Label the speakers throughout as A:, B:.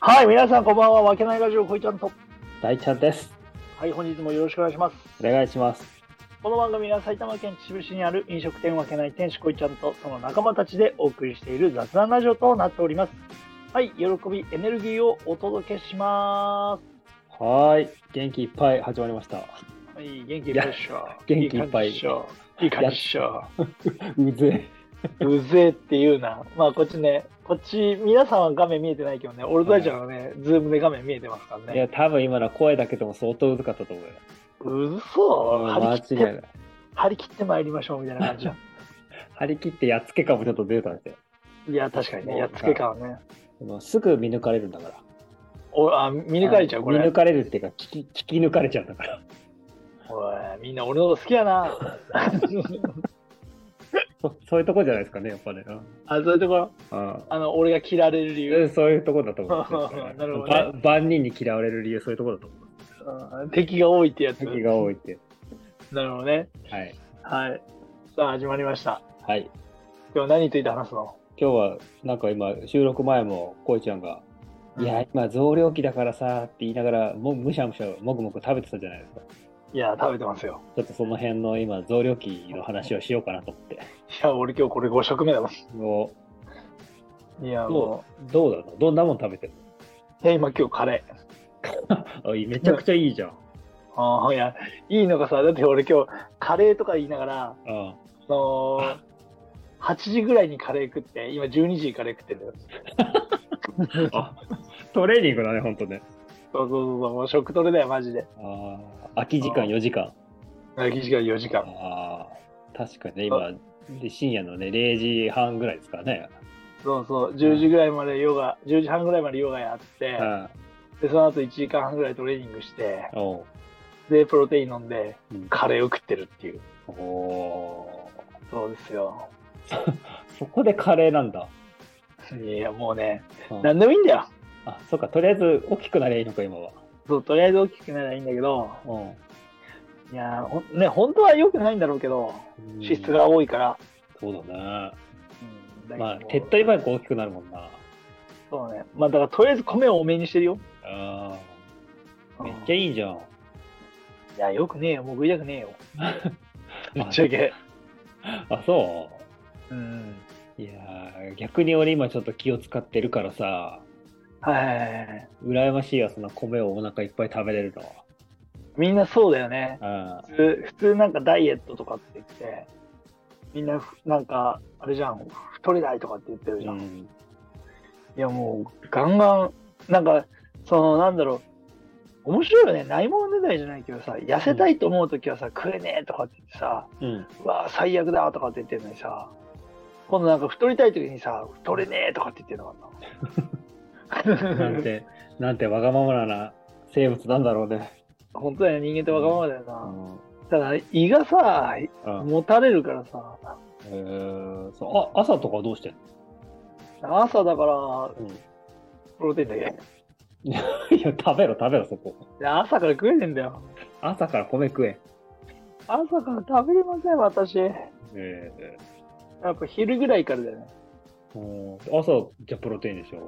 A: はい、皆さんこんばんは。わけないラジオ、こいちゃんと。
B: 大ちゃんです。
A: はい、本日もよろしくお願いします。
B: お願いします。
A: この番組は埼玉県秩父市にある飲食店わけない店主こいちゃんとその仲間たちでお送りしている雑談ラジオとなっております。はい、喜び、エネルギーをお届けしま
B: はーい。元気いっぱい始まりました。
A: す。はい、元気いっぱいっしょ。
B: 元気いっぱい
A: いい感じっしょ。いい感じっしょ。
B: うぜ
A: うぜえって言うな。まあ、こっちね、こっち、皆さんは画面見えてないけどね、俺と大ちゃんはね、ズームで画面見えてますから
B: え。
A: ね。
B: いや、多分今のは声だけでも相当うずかったと思うよ。
A: うそ
B: うん
A: 張り切っ
B: 間違
A: て、
B: いない。
A: 張り切って参りましょうみたいな感じだ。
B: 張り切ってやっつけ感もちょっと出たんで。
A: いや、確かにね、やっつけ感はね。
B: もうすぐ見抜かれるんだから。
A: おあ見抜かれちゃう、これ。
B: 見抜かれるっていうか、聞き聞き抜かれちゃうんだから。
A: おい、みんな俺のこと好きやな。
B: そそういうとこじゃないですかね、やっぱね。うん
A: あ、そういうところ、
B: あ
A: あの、俺が嫌われる理
B: ーう
A: 由。
B: ん、、そういうとこだと思う
A: なるほどね
B: ば万人に嫌われる理由、そういうとこだと思う。
A: うん敵が多いってやつ。
B: 敵が多いって。
A: なるほどね。
B: はい。
A: はい。さあ、始まりました。
B: はい。
A: 今日何について話すの
B: 今日は、なんか今、収録前も、こいちゃんが、いや、今、増量期だからさって言いながら、もむしゃむしゃ、もぐもぐ食べてたじゃないですか。
A: いや、食べてますよ。
B: ちょっとその辺の今、増量期の話をしようかなと思って。
A: いや、俺今日これ5食目だも
B: も
A: ん。いや、
B: う
A: も
B: どうどうなのどんなもん食べてる
A: う、いや、今今日カレー。
B: のあいいめちゃくちゃいいじゃん。
A: ああ、いや、いいのかさ、だって俺今日、カレーとか言いながら、
B: うん、
A: あの ー、8時ぐらいにカレー食って、今12時にカレー食ってるんだよ。
B: あトレーニングだね、ほんとね。
A: そうそうそうそう、もう食トレだよ、マジで。
B: あー空き時間4時間。
A: 空き時間4時間。
B: あー確かにね、今、で深夜のね、0時半ぐらいですからね。
A: そうそう、10時ぐらいまでヨガ、10時半ぐらいまでヨガやって
B: う、ん
A: で、その後1時間半ぐらいトレーニングして、
B: おう
A: で、プロテイン飲んで、
B: うん
A: カレーを食ってるっていう。
B: お
A: そうですよ。
B: ーそこでカレーなんだ。
A: いや、もうね、
B: うん
A: なんでもいいんだよ。
B: あ、そうか、とりあえず大きくなりゃいいのか、今は。
A: そう、とりあえず大きくならいいんだけど、
B: うん
A: いや、ほんね、本当は良くないんだろうけど、脂質が多いから。
B: そうだね。
A: うんだけど
B: まあ、手っ取り早く大きくなるもんな。
A: そうね。まあ、だからとりあえず米を多めにしてるよ。
B: ああ、めっ
A: い
B: ちゃいいじゃん。
A: や、よくねえよ。もう食いたくね えよ。ぶっ
B: あ
A: ちゃけ。
B: あ、そ
A: うん。
B: ういやー、逆に俺今ちょっと気を使ってるからさ、
A: はいはいはいはい。
B: 羨ましいわ、その米をお腹いっぱい食べれるの。
A: みんなそうだよね。
B: うん。
A: 普通普通なんかダイエットとかって言ってみんなふなんかあれじゃん太れないとかって言ってるじゃん、
B: う
A: い
B: ん
A: やもうガンガンなんかそのなんだろう面白いよねないものねだりじゃないけどさ痩せたいと思う時はさ、食えねえとかって言ってさ
B: うん。
A: うわー最悪だとかって言ってるのにさ今度なんか太りたい時にさ太れねえとかって言ってるのかった
B: なんて、 なんてわがままな生物なんだろうね。
A: 本当だよね人間ってわがままだよ
B: う
A: な、
B: ん。
A: ただ胃がさ
B: うん
A: もたれるからさ
B: えーそうあ朝とかどうしてん
A: 朝だから
B: の、
A: プロテインだけ
B: いや、食べろ、食べろ、そこ。
A: いや朝から食えねえんだよ。
B: 朝から米食え。
A: 朝から食べれません、私。や
B: ええ
A: っぱ昼ぐらいからだよね。
B: うん朝、じゃあプロテインでしょ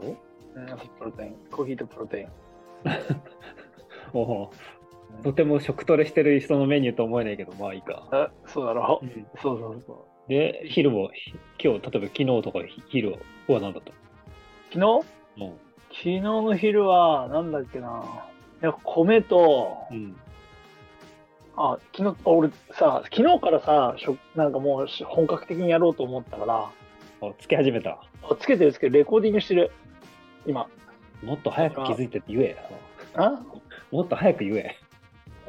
A: うん、プロテイン。コーヒーとプロテイン。
B: おう とても食トレしてる人のメニューと思えないけど、まあいいか。
A: あ、そうだろそうそうそう。
B: で、昼も、ひ今日、例えば昨日とかひ昼は何だった
A: 昨日
B: の
A: 昨日の昼は、なんだっけな。いや、米と、
B: うん。うん。
A: あ、昨日、あ俺さ、昨日からさ、食なんかもうし本格的にやろうと思ったから、
B: あ、つけ始めた。
A: あつけてるつけてる、レコーディングしてる。今。
B: もっと早く気づいてって言え。
A: あ
B: もっと早く言え。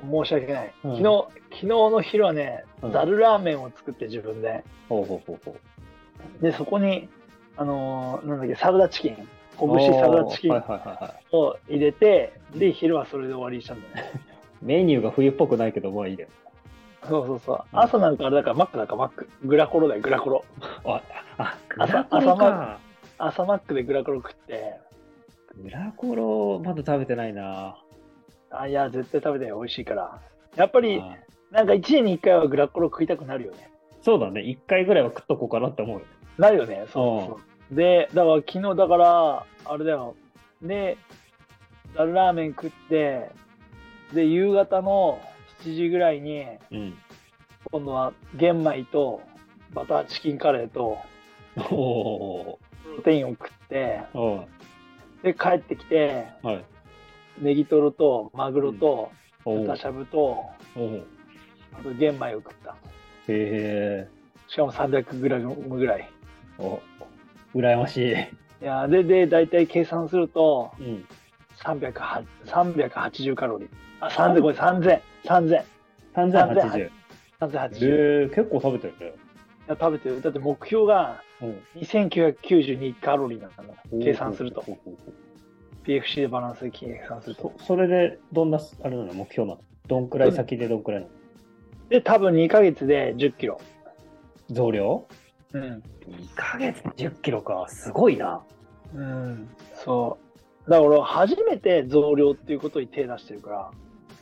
A: 申し訳ない。
B: うん
A: 昨日、昨日の昼はね
B: う、ん
A: ざるラーメンを作って自分で。
B: ほうほうほうほう。
A: で、そこに、あのーなんだっけ、サラダチキン、ほぐしサラダチキ
B: おー
A: ン
B: はいはいはいはい。
A: を入れて、で、昼はそれで終わりにしたんだよね。
B: メニューが冬っぽくないけど、まあいいね。
A: そうそうそう。朝なんかあれだから、マックだからマック。グラコロだよ、グラコロ。
B: あ、あ、グ
A: 朝
B: ラコロ
A: 朝
B: か。
A: 朝マックでグラコロ食って、
B: グラコロ、まだ食べてないな。
A: あ、いや、絶対食べて美味しいから。やっぱり、
B: あ
A: なんか1年に1回はグラコロ食いたくなるよね。
B: そうだね。一回ぐらいは食っとこうかなって思うよ。
A: なるよね、そうそうそう。で、だから昨日、だから、あれだよ。で、ザルラーメン食って、で、夕方の7時ぐらいに、
B: うん。
A: 今度は玄米とバターチキンカレーと
B: おお
A: プロテインを食って、
B: ーお
A: で、帰ってきて、
B: ーはい。
A: ネギトロとマグロと
B: おお
A: 豚しゃぶと、
B: おおへ
A: あと玄米を食った。
B: え。
A: しかも 300g ぐらい。
B: お羨ましい。
A: いやーで、で、大体計算すると、
B: うん。
A: 308 380カロリー。あ、3000、ごめん、3000、3000、
B: 3080。
A: 3080。い
B: えー、結構食べてるね。
A: や食べてる。だって目標が
B: うん
A: 2992カロリーなんだから、計算すると。
B: ほうほうほう
A: PFC でバランスで計算すると。
B: そそれで、どんな、あれなの、目標なのどんくらい先でどんくらいの
A: で、多分2ヶ月で10キロ。
B: 増量
A: うん。
B: ?2 ヶ月で10キロか。すごいな。
A: うん。そう。だから俺、初めて増量っていうことに手出してるから、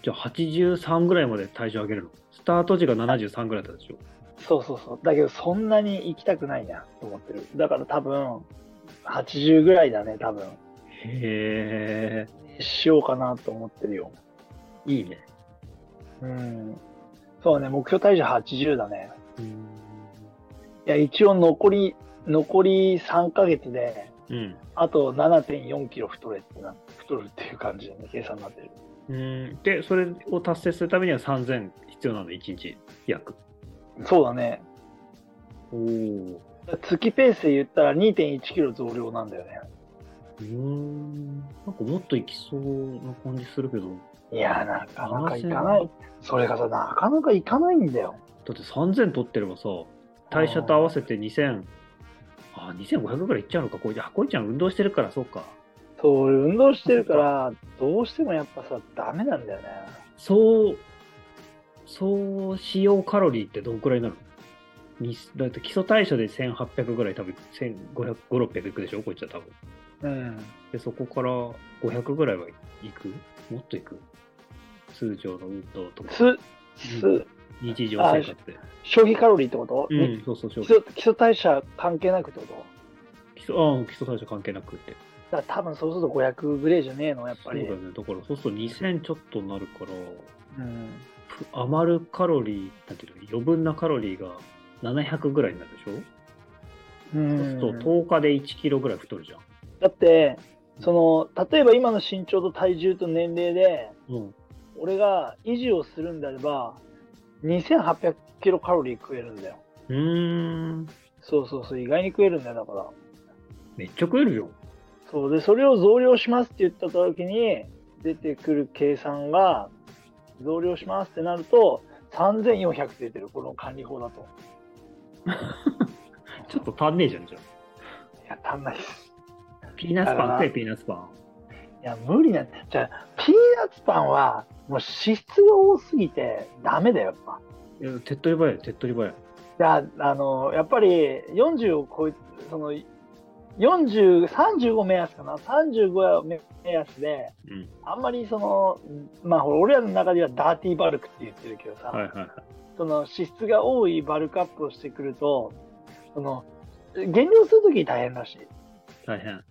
B: じゃあ83ぐらいまで体重上げるのスタート時が73ぐらいだったでしょ
A: そうそうそう。だけど、そんなに行きたくないなと思ってる。だから多分、80ぐらいだね、多分。
B: へ
A: しようかなと思ってるよ。
B: え、いいね。
A: うん。そうね、目標体重80だね。
B: うん。
A: いや、一応残り、残り3ヶ月で、
B: うん。
A: あと7.4キロ太れってな、太るっていう感じで、ね、計算になってる。
B: で、それを達成するためには3000必要なの、1日約。
A: そうだね。
B: おお。
A: 月ペースで言ったら2.1キロ増量なんだよね。
B: うん。なんかもっといきそうな感じするけど、
A: いや、なかなかいかない。それがさ、なかなかいかないんだよ。
B: だって3000取ってればさ、代謝と合わせて2000、あ、2500ぐらいいっちゃうのか、こいちゃん。あこいちゃん運動してるから、そうか。
A: そう、俺運動してるから、どうしてもやっぱさ、ダメなんだよね。
B: そう、そう、使用カロリーってどんくらいなのにだって基礎代謝で1800ぐらい多分1500、600いくでしょこいつは多分。
A: うん。
B: で、そこから500ぐらいはいくもっといく通常の運動とか、
A: す、す、
B: 日常生活で。
A: 消費カロリーってこと、
B: うん、そうそう、
A: 基
B: 基礎
A: 礎基礎代謝関係なくってこと
B: 基礎ああ基礎代謝関係なくって。
A: だから多分そうすると500ぐらいじゃねえのやっ
B: そ
A: ぱ
B: うだ
A: り
B: よね。だから、そうすると2000ちょっとなるから、
A: うん
B: ぷ余るカロリー、なんていうの、余分なカロリーが700ぐらいになるでしょ
A: う
B: そうする
A: ん
B: と10日で1キロぐらい太るじゃん。
A: だってその例えば今の身長と体重と年齢で
B: うん、
A: 俺が維持をするんであれば2800キロカロリー食えるんだよ
B: うーん
A: そうそうそう意外に食えるんだよだから
B: めっちゃ食えるよ。
A: そうでそれを増量しますって言った時に出てくる計算が増量しますってなると3400って出てるこの管理法 だと
B: ちょっと足んねえじゃん、じゃ
A: いや足んないです
B: あピーナッツ
A: だ
B: パン
A: から
B: 食え、ピーナッツパン。
A: いや、無理なんだよ。じゃあ、ピーナッツパンは、もう脂質が多すぎて、ダメだよ、やっぱ。
B: いや手っ取り早い、手っ取り早い。
A: だあの、やっぱり、40を超え、その、40、35目安かな。35目安で、
B: うん、
A: あんまりその、まあ、ほら俺らの中ではダーティーバルクって言ってるけどさ、
B: はいはいはい。
A: その脂質が多いバルクアップをしてくると、その、減量するときに大変だしい。
B: 大変、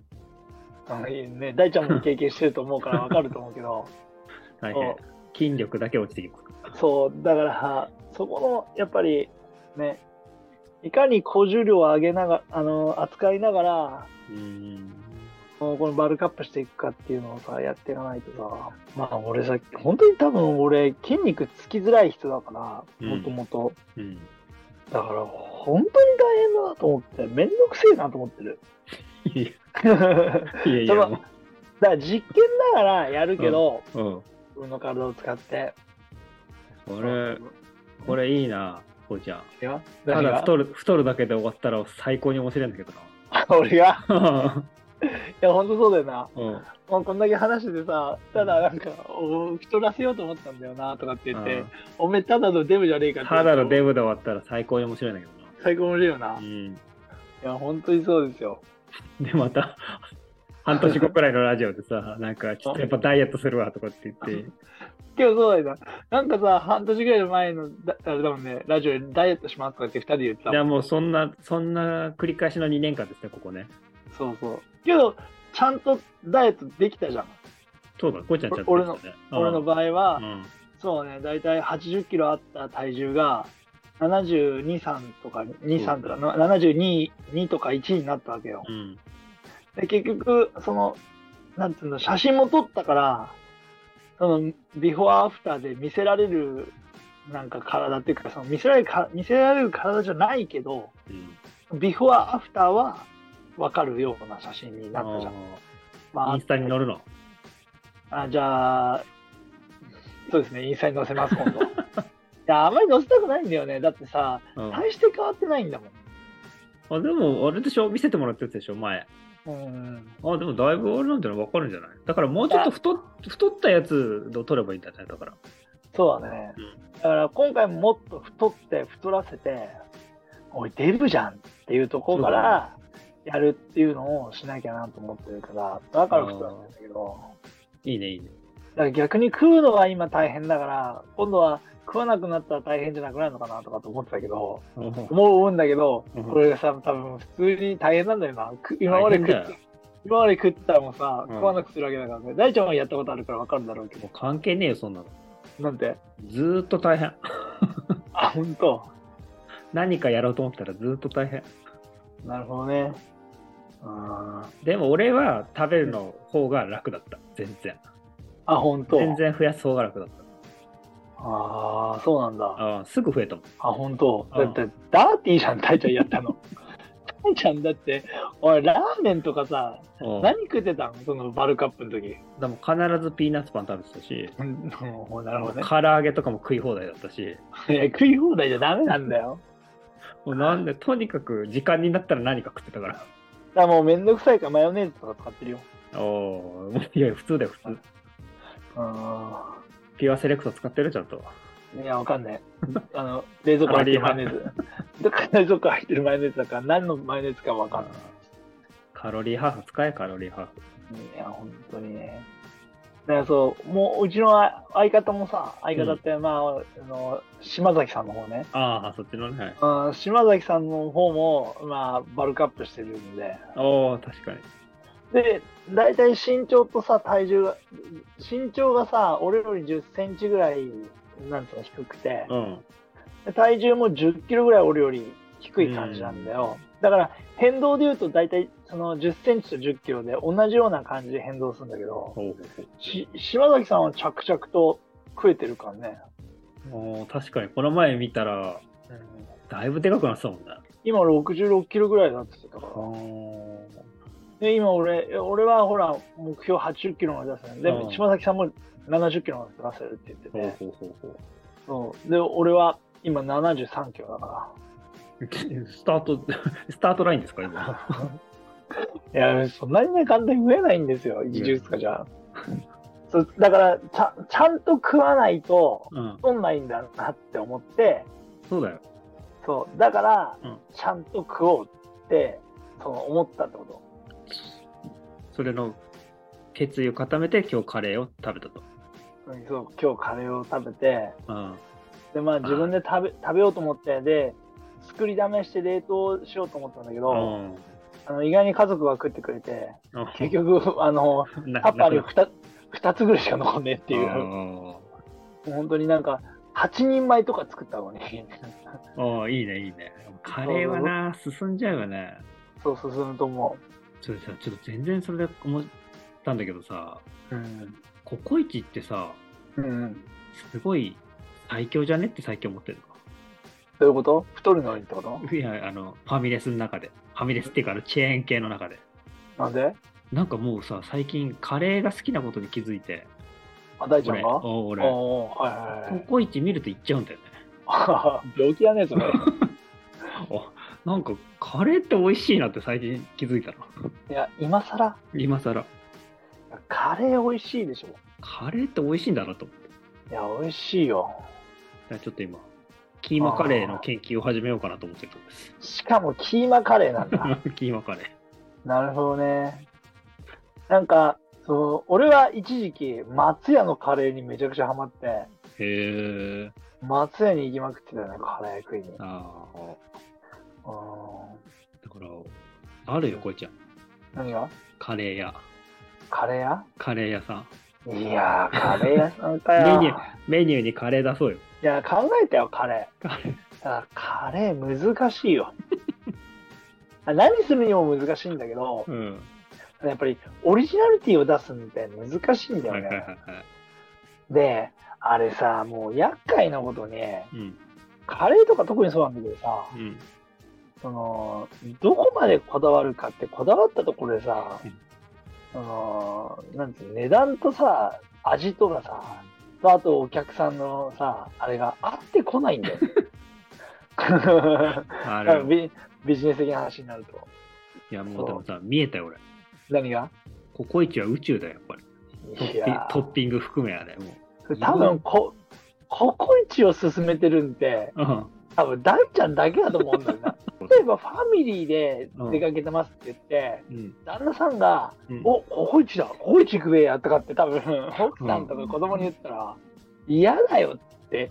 A: あのいいね、大ちゃんも経験してると思うからわかると思うけど、
B: 大
A: そう
B: 変。筋力だけ落ちていく。
A: そう、だから、そこの、やっぱり、ね、いかに高重量を上げながあの、扱いながら、
B: うーん。
A: このこのバルクアップしていくかっていうのをさ、やっていかないとさ、まあ俺さ、本当に多分俺、筋肉つきづらい人だから、
B: う
A: も
B: ん
A: ともと。
B: うん。
A: だから、本当に大変だなと思って、めんどくせえなと思ってる。
B: いや
A: だか
B: いやい
A: そ
B: や、
A: の
B: も
A: ら実験ながらやるけど、
B: ううん。
A: 自分の体を使って。
B: これ、これいいな、こうちゃん。
A: いや、
B: た
A: 何
B: だ
A: が
B: 太る、太るだけで終わったら最高に面白いんだけど
A: 俺が
B: な。
A: いや、本当そうだよな。
B: うん。
A: もうこんだけ話しててさ、ただなんか、お太らせようと思ったんだよなとかって言って、
B: うん
A: おめえただのデブじゃねえかって言う
B: た
A: と。
B: だのデブで終わったら最高に面白いんだけどな。
A: 最高面白いよな。
B: う
A: い
B: ん。
A: や、本当にそうですよ。
B: で、また、 半年後くらいのラジオでさ、なんか、ちょっとやっぱダイエットするわとかって言って、
A: 今日そうだよな。なんかさ、半年ぐらい前の、だあれだもんね、ラジオでダイエットしますとかって二人で言ってたも
B: い
A: ん。
B: やもうそんな、そんな繰り返しの2年間ですね、ここね。
A: そうそう。けど、ちゃんとダイエットできたじゃん。
B: そうだ、こいちゃんちゃんと
A: 俺の
B: できたね、
A: 俺の場合は
B: う、ん。
A: そうね、だいたい80キロあった体重が、72、3とか、2、3とか、72、2とか1になったわけよ。
B: うん。
A: で、結局、その、なんつうの、写真も撮ったから、その、ビフォーアフターで見せられる、なんか体っていうか、その見せられるか、見せられる体じゃないけど、
B: うん。
A: ビフォーアフターは分かるような写真になったじゃん。ま
B: あー
A: あ
B: インスタに載るの。
A: あ、じゃあ、そうですね、インスタに載せます、今度。い や、あまり載せたくないんだよね。だってさ、
B: うん
A: 大して変わってないんだもん。
B: あ、でも、あれでしょ見せてもらったやつでしょ前。
A: うん。
B: あ、でもだいぶあれなんじゃないわかるんじゃないだからもうちょっと太っ太ったやつを取ればいいんだね、だから。
A: そうだね。だから今回もっと太って、太らせて、おい、デブじゃんっていうところから、やるっていうのをしなきゃなと思ってるから、だから太らせてんだけど、
B: いいね、いいね。
A: だから逆に食うのが今大変だから、今度は食わなくなったら大変じゃなくなるのかなとかと思ってたけど、思うんだけど、
B: うん
A: これがさ、多分普通に大変なんだよな。く 今まで
B: 大変
A: 食
B: だよ
A: って、今まで食ってたらもうさ、
B: うん
A: 食わなくするわけだからね。大ちゃんはやったことあるから分かるだろうけ
B: も
A: ど
B: う。関係ねえよ、そんなの。
A: なんて、
B: ずーっと大変。
A: あ、ほんと。
B: 何かやろうと思ったらずーっと大変。
A: なるほどね。あ
B: でも俺は食べるの方が楽だった。全然。
A: ーあ、ほんと。
B: 全然増やす方が楽だった。
A: ああ、そうなんだ。
B: あーすぐ増えたもん。
A: あ、ほんと。だっ
B: う
A: て、ダーティーじゃん、大ちゃんやったの。 大ちゃんだって、俺、ラーメンとかさ、
B: うん
A: 何食ってたのそのバルカップの時。
B: でも必ずピーナッツパン食べてたし、
A: うん、もうなるほどね。
B: 唐揚げとかも食い放題だったし、
A: いや食い放題じゃダメなんだよ。
B: もうなんで、とにかく時間になったら 何か食ってたか
A: だからもうめんどくさいからマヨネーズとか使ってるよ。
B: ら。おーいや、普通だよ、普通。
A: う
B: ピュアセレクト使ってるちゃんと。
A: ん。いや、わかんない。あの、冷蔵庫入ってるマヨネーズ。だ から冷蔵庫入ってるマヨネーズだから何のマヨネーズかわかんな
B: あーカロリーハーフ使え、カロリーハーフ。
A: い。いや、本当にね。だからそう、もううちのあ相方もさ、相方って、まあ、あの、島崎さんの方ね。
B: ああ、そっちのね。はい
A: うん、島崎さんの方も、まあ、バルクアップしてるんで。
B: おお確かに。
A: で、大体身長とさ、体重が、身長がさ、俺より10センチぐらい、なんつうの、低くて。
B: うん。
A: で体重も1 0キロぐらい俺より低い感じなんだよ、だから変動で言うと大体その1 0ンチと1 0キロで同じような感じで変動するんだけど
B: お
A: し島崎さんは着々と食えてるからね、
B: おー確かに、この前見たら、だいぶでかくなってたもんね。
A: 今6 6キロぐらいになってたからで今俺俺はほら目標8 0キロまで出すねで
B: うん
A: 島崎さんも7 0キロまで出せるって言って
B: ほう
A: て、
B: ほうほうほう。
A: そうで俺は今7 3キロだか
B: スタート、 スタートラインですか、 今。
A: らいやそんなにね簡単に増えないんですよ一日とかじゃ、 そうだからちゃちゃんと食わないと
B: うん。
A: 太んないんだなって思って
B: そうだよ。
A: そうだから、
B: うん
A: ちゃんと食おうってその思ったってこ
B: それの決意を固めて、今日カレーを食べたと。
A: と、うんそう今日カレーを食べて
B: うん。
A: でまあ自分で食べ食べようと思ってで作りだめして冷凍しようと思ったんだけ
B: う
A: ど、
B: ん。
A: あの意外に家族が食ってくれて
B: うん
A: 結 局あの
B: な
A: タッパーに
B: なくなっ
A: 2, 2つぐらいしか残んねえって
B: て
A: いうう、もう本当になんか8人前とか作ったのに
B: おーいいね、いいね。カレーはな、進んじゃうよね。
A: そう進むと思
B: それさ、ちょっと全然それで思ったんだけどさ、
A: ううん、
B: ココイチってさ、
A: うん、
B: すごい最強じゃねって最強思ってる
A: どういうこと太るのにってこと
B: の。いや、あの、ファミレスの中で。ファミレスっていうか、あのチェーン系の中で。
A: なんで
B: なんかもうさ、最近カレーが好きなことに気づいて、
A: あ大ちゃん
B: 俺、
A: が
B: お俺、コ
A: おーはいはいはい
B: コイチ見ると行っちゃうんだよね。
A: 病気やねそれ
B: おなんかカレーって美味しいなって最近気づいたの。
A: いや今更
B: 今更、
A: カレー美味しいでしょ
B: カレーって美味しいんだなと思って。
A: いや美味しいよ
B: だからちょっと今、キーマカレーの研究を始めようかなと思ってるとこです。
A: しかもキーマカレーなんだ
B: キーマカレ ー。
A: なるほどねなんかそう俺は一時期松屋のカレーにめちゃくちゃハマって
B: へえ。
A: 松屋に行きまくってたよねカレー食いにうん
B: ああ。だから、あるよ、こいちゃん。
A: 何が
B: カレー屋。
A: カレー屋
B: カレー屋さん。
A: いやー、カレー屋さんか
B: メ
A: よ。
B: ニ
A: い
B: ュー、メニューにカレー出そうよ。
A: や、考えたよ、カレー。
B: カレー
A: だからカレー難しいよ。あ何するにも難しいんだけど、
B: うん。
A: やっぱりオリジナリティを出すみたいな難しいんだよ
B: はい
A: ね。
B: はいはいはい。
A: で、あれさ、もう厄介なことね、
B: うん。
A: カレーとか特にそうなんだけどさ、
B: うん。
A: その、どこまでこだわるかって、こだわったところでさ
B: うん、
A: その、なんつうの、値段とさ、味とかさ、とあとお客さんのさ、あれが合ってこないんだよね。
B: あ れ、
A: ビビジネス的な話になると。
B: いやもうでもさ、見えたよ俺。
A: 何が
B: ココイチは宇宙だよ、やっぱり。トッ
A: い
B: ピ
A: や
B: トッピング含めやね、もう。
A: ー多分こ、ココイチを進めてるんで、
B: うん。
A: 多分大ちゃんだけだと思うんだよ な。例えばファミリーで出かけてますって言って、
B: うん。
A: 旦那さんが、
B: うん
A: おココイチだ、ココイチ行くべやとかって、多 分奥さんとか子供に言ったら、嫌だよって、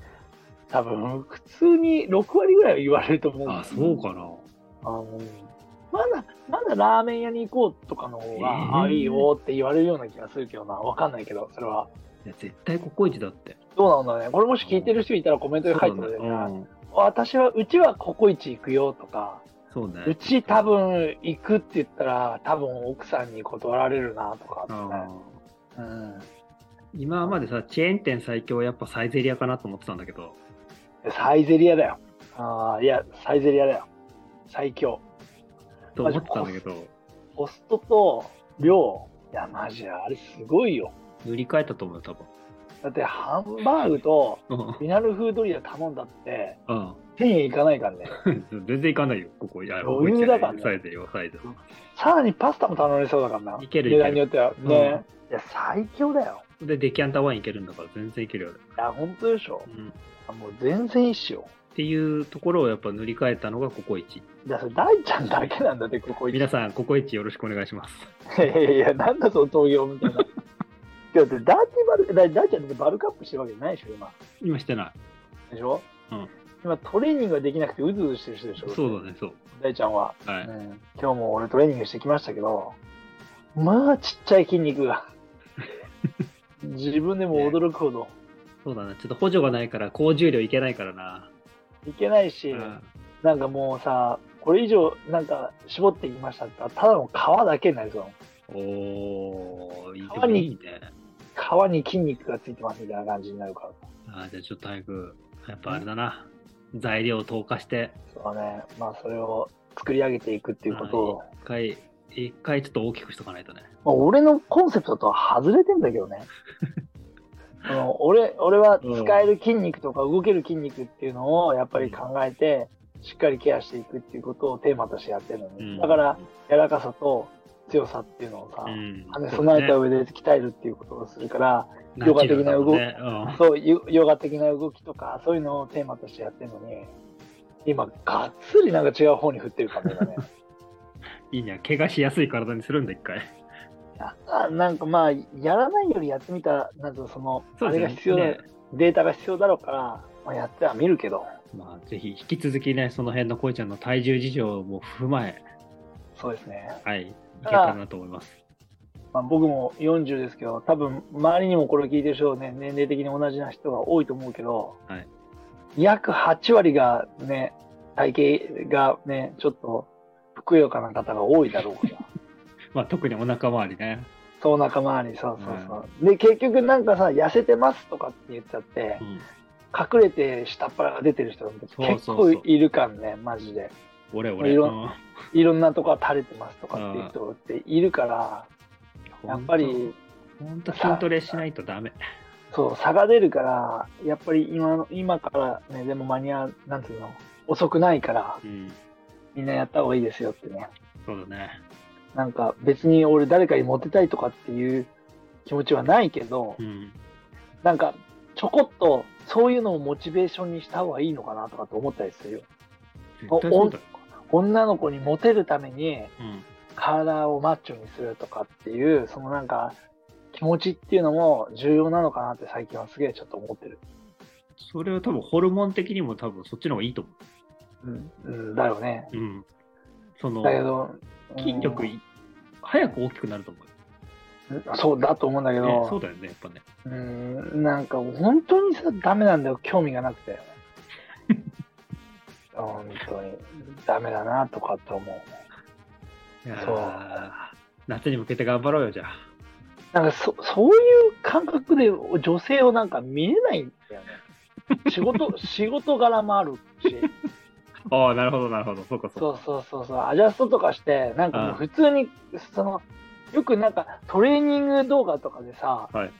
A: 多分普通に6割ぐらいは言われると思うんだよ
B: あ、そうかな。
A: あのまだ、まだラーメン屋に行こうとかの方が、
B: えー
A: ああ、いいよって言われるような気がするけどな、わかんないけど、それは。
B: いや、絶対ココイチだって。
A: どうなんだろうね。これもし聞いてる人いたらコメントで書いてくれ
B: そう
A: る
B: だ
A: か
B: ね
A: ら、
B: うん
A: 私は、うちはココイチ行くよとか、
B: そうね。
A: うち多分行くって言ったら、多分奥さんに断られるなとか、
B: あ
A: ね
B: ー。
A: うん。
B: 今までさ、チェーン店最強はやっぱサイゼリアかなと思ってたんだけど、
A: サイゼリアだよ。ああ、いや、サイゼリアだよ。最強。
B: と思ってたんだけど、
A: コストと量。いや、マジで、あれすごいよ。
B: 塗り替えたと思うよ、多分。
A: だって、ハンバーグと
B: うん
A: フィナルフードリア頼んだって、
B: うん。
A: 1000円いかないからね。
B: 全然いかないよ、ここ。いや
A: 余裕だからね
B: サイゼリア、サイゼリ
A: さらにパスタも頼れそうだからな。
B: いける
A: 値段によっては。
B: うん
A: ね。いや、最強だよ。
B: ア。で、デキャンタワインいけるんだから全然いけるよ、ね
A: いや、本当でしょ。
B: うん。っ
A: もう全然いいっしょ。
B: ていうところをやっぱ塗り替えたのがココイチ。
A: いや、それ大ちゃんだけなんだって、ここ行
B: 皆さん、ココイチよろしくお願いします。
A: いやいやいや、なんだその投票み たいな。だって、ダーティーバル、だ大ちゃんってバルカップしてるわけじゃないでしょ、今。
B: 今してない。
A: でしょ、
B: うん
A: 今トレーニングができなくてうずうずしてる人でしょ
B: そうだね、そう。
A: 大ちゃんは、
B: は
A: う
B: い。
A: ん今日も俺トレーニングしてきましたけどまあちっちゃい筋肉 が自分でも驚くほど
B: そうだね。ちょっと補助がないから、高重量いけないからな。
A: いけないし、
B: うん
A: なんかもうさこれ以上なんか絞っていきましたって言ったらただの皮だけになりそう
B: おー、いい
A: 川に
B: いいね。
A: 皮に筋肉がついてますみたいな感じになるから
B: あーじゃあちょっと早く、やっぱあれだな。材料を投下して、
A: そうだねまあそれを作り上げていくっていうことを、
B: あー一回、一回ちょっと大きくしとかないとね。
A: まあ、俺のコンセプトとは外れてんだけど ね。その俺俺は使える筋肉とか動ける筋肉っていうのをやっぱり考えて、しっかりケアしていくっていうことをテーマとしてやってるの
B: う
A: に、
B: ん
A: だから、柔らかさと強さっていうのをさ、
B: うん
A: 兼ね備えた上で鍛えるっていうことをするから、ヨガ的な動き
B: ナチュラルだもんね
A: そうヨヨガ的な動きとかそういうのをテーマとしてやってるのに今がっつりなんか違う方に振ってる感じだね。
B: うんいいね。怪我しやすい体にするんだ、一 回。
A: あなんかまあやらないよりやってみたらなんかそのあれが必要だ、
B: ね。
A: データが必要だろうから、まあ、やっては見るけど、
B: まあ、ぜひ、引き続きね、その辺のこいちゃんの体重事情も踏まえ、
A: そうですね。
B: はい、いけたらなと思います。
A: まあ、僕も40ですけど、多分周りにもこれ聞いてる人ね、年齢的に同じな人が多いと思うけど、
B: はい
A: 約8割がね、体型がね、ちょっとふくよかな方が多いだろうから。
B: まあ、特にお腹周りね。
A: そう仲間に、そうそうそう。で、結局なんかさ、痩せてますとかって言っちゃって
B: う、ん
A: 隠れて下っ腹が出てる人なんて結
B: そうそう
A: 構
B: そう
A: いるからね、マジで。
B: 俺、俺。
A: いうろ
B: ん
A: いろんなとこが垂れてますとかっていう人っているから、やっぱり、
B: 本当筋トレしないとダメ。
A: そう、差が出るから、やっぱり今の今からね、でも間に合う、なんていうの、遅くないから、
B: うん。
A: みんなやった方がいいですよってね。
B: そうだね。
A: なんか別に俺誰かにモテたいとかっていう気持ちはないけど、
B: うん。
A: なんかちょこっとそういうのをモチベーションにした方がいいのかなとかと思ったりするよ。
B: 絶対そうだよ。
A: 女の子にモテるために
B: うん。
A: 体をマッチョにするとかっていう、そのなんか気持ちっていうのも重要なのかなって最近はすげえちょっと思ってる。
B: それは多分、ホルモン的にも多分、そっちの方がいいと思
A: うん、うん、だよね。
B: う。うん。その
A: だ、けど、
B: 筋力
A: うん
B: い、早く大きくなると思うよ。
A: そうだと思うんだけ
B: ねそう
A: ど、
B: だよね、やっぱね。
A: うーん、なんか本当にさ、ダメなんだよ、興味がなくて。 本当に、ダメだなとかって思う。
B: いやー
A: そう
B: 夏に向けて頑張ろうよ、じゃあ。
A: なんかそ、そういう感覚で女性をなんか見れないんだよね。仕事、仕事柄もあるし。
B: ああ、なるほど、なるほど。そうか、そうか。
A: そうそうそうそう、アジャストとかして、なんかもう普通に、その、よくなんかトレーニング動画とかでさ、
B: はい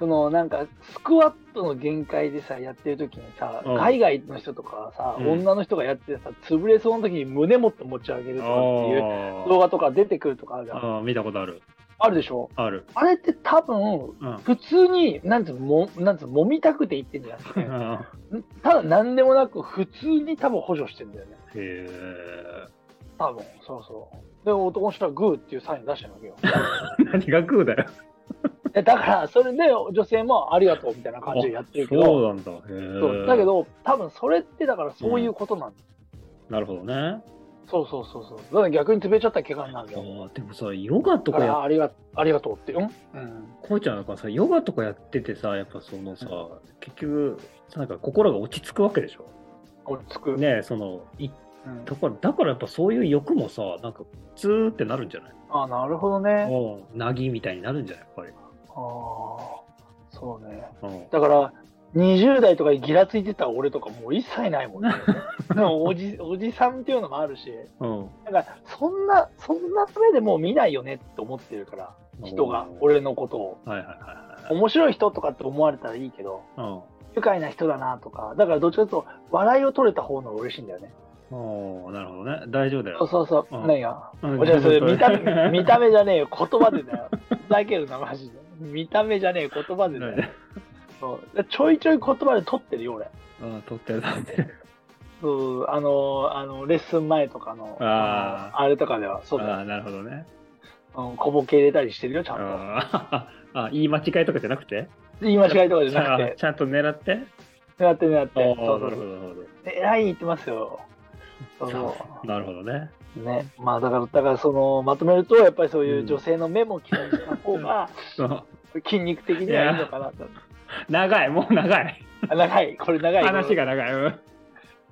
A: そのなんかスクワットの限界でさ、やってる時にさ、
B: うん
A: 海外の人とかさ、
B: うん
A: 女の人がやっててさ、潰れそうな時に胸持って持ち上げるとかっていう動
B: あ
A: 画とか出てくるとかあるじゃん。
B: あー、見たことある。
A: あるでしょ
B: ある。
A: あれって多分、
B: うん。
A: 普通に、なんつうの、もなんつうの、揉みたくて言ってんじゃなくて、
B: へ
A: ただ何でもなく普通に多分補助してんだよね。
B: え。
A: 多分そうそうで男の人はグーっていうサイン出してるわけよ
B: 何が食うだよ。
A: でだからそれで女性もありがとうみたいな感じでやってるけど
B: そうなんだ。へえ
A: そうだけ。ど多分それってだからそういうことなんだ、
B: なるほどね。
A: そうそうそうそうだから逆に潰れちゃったら怪我になる
B: あ
A: よ
B: ーでもさ、ヨガと
A: だ
B: か
A: か
B: やっ
A: らありがありがとうってうん、うん、
B: こうちゃんなんかさ、ヨガとかやっててさ、やっぱそのさ、結局、なんか心が落ち着くわけでしょ。
A: 落ち着く、
B: ねえその、い
A: うん
B: だから、だからやっぱそういう欲もさ、なんか、ツーってなるんじゃない
A: あなるほどね
B: うん。なぎみたいになるんじゃないやっぱり。
A: ああそうね
B: うん。
A: だから20代とかにギラついてた俺とかもう一切ない もんねでもおじおじさんっていうのもあるし
B: うん。
A: なんかそんな、そんな目でもう見ないよねって思ってるから、人が
B: うん、
A: 俺のことを。
B: はいはいはい
A: 面白い人とかって思われたらいいけど、
B: はい。
A: 愉快な人だなとか、だからどっちかというと、笑いを取れた方の方が嬉しいんだよね。
B: うん。おーなるほどね。大丈夫だ
A: そう
B: よ。
A: そうそう、
B: うん
A: 何が。
B: うん
A: おじゃそれ見た
B: な
A: 目、
B: ん
A: 見た目じゃねえよ、言葉でだよ。ふざけるな、マジで。見た目じゃねえ、言葉でだよ。
B: で
A: そうちょいちょい言葉で取ってるよ、俺。
B: うん、撮ってる撮ってる。
A: そうあの、あのレッスン前とかの、
B: あ
A: あれとかでは、そうだよ、
B: ああ、なるほどね。
A: うん。小ボケ入れたりしてるよ、ちゃんと。
B: あー あ、言い間違いとかじゃなくて
A: 言い間違いとかじゃなく
B: あ
A: て
B: ー、ちゃんと狙って
A: 狙って狙って。
B: ああ、な
A: そ
B: る
A: うそうそう
B: ほど、なるほど。
A: 偉いに言ってますよ。そうそ
B: なるほどね。
A: う。ね。まあだから、だからその、まとめると、やっぱりそういう女性の目も気にした方 が、
B: そう
A: 筋肉的にはいいのかなと。
B: 長い、もう長い。
A: あ長い、これ長い。
B: 話。が長い。うん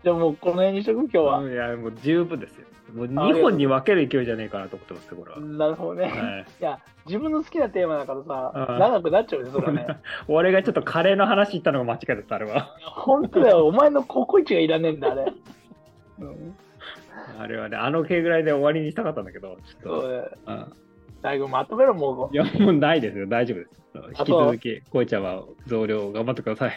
A: じゃあもうこの辺にしとく、今日は。
B: いや、もう十分ですよ。もう
A: ありがと
B: 2
A: う
B: 本に分ける勢いじゃねえかなと思ってますよ、これは。
A: なるほどね。い、
B: はい、
A: や、自分の好きなテーマだからさ、
B: うん
A: 長くなっちゃうね、それはね。
B: 俺がちょっとカレーの話言ったのが間違いだった、あれは。
A: 本当だよ、お前のココイチがいらねえんだ、あれ。うん、
B: あれはね、あの系ぐらいで終わりにしたかったんだけど、ち
A: そ
B: ょっと。
A: うね
B: うん
A: 大悟まとめろ、も
B: いや、もうないですよ、大丈夫です。
A: と
B: 引き続き、こいちゃんは増量頑張ってください。
A: う。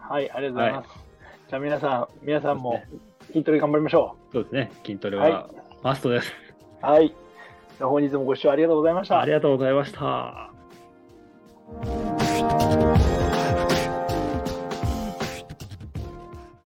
A: はい、ありがとうございます。じゃあ皆さん、皆さんも筋トレ頑張りましょ
B: そうですね、筋トレ
A: う。
B: はマストです。
A: はい。本日もご視聴ありがとうございました
B: あ。りがとうございました。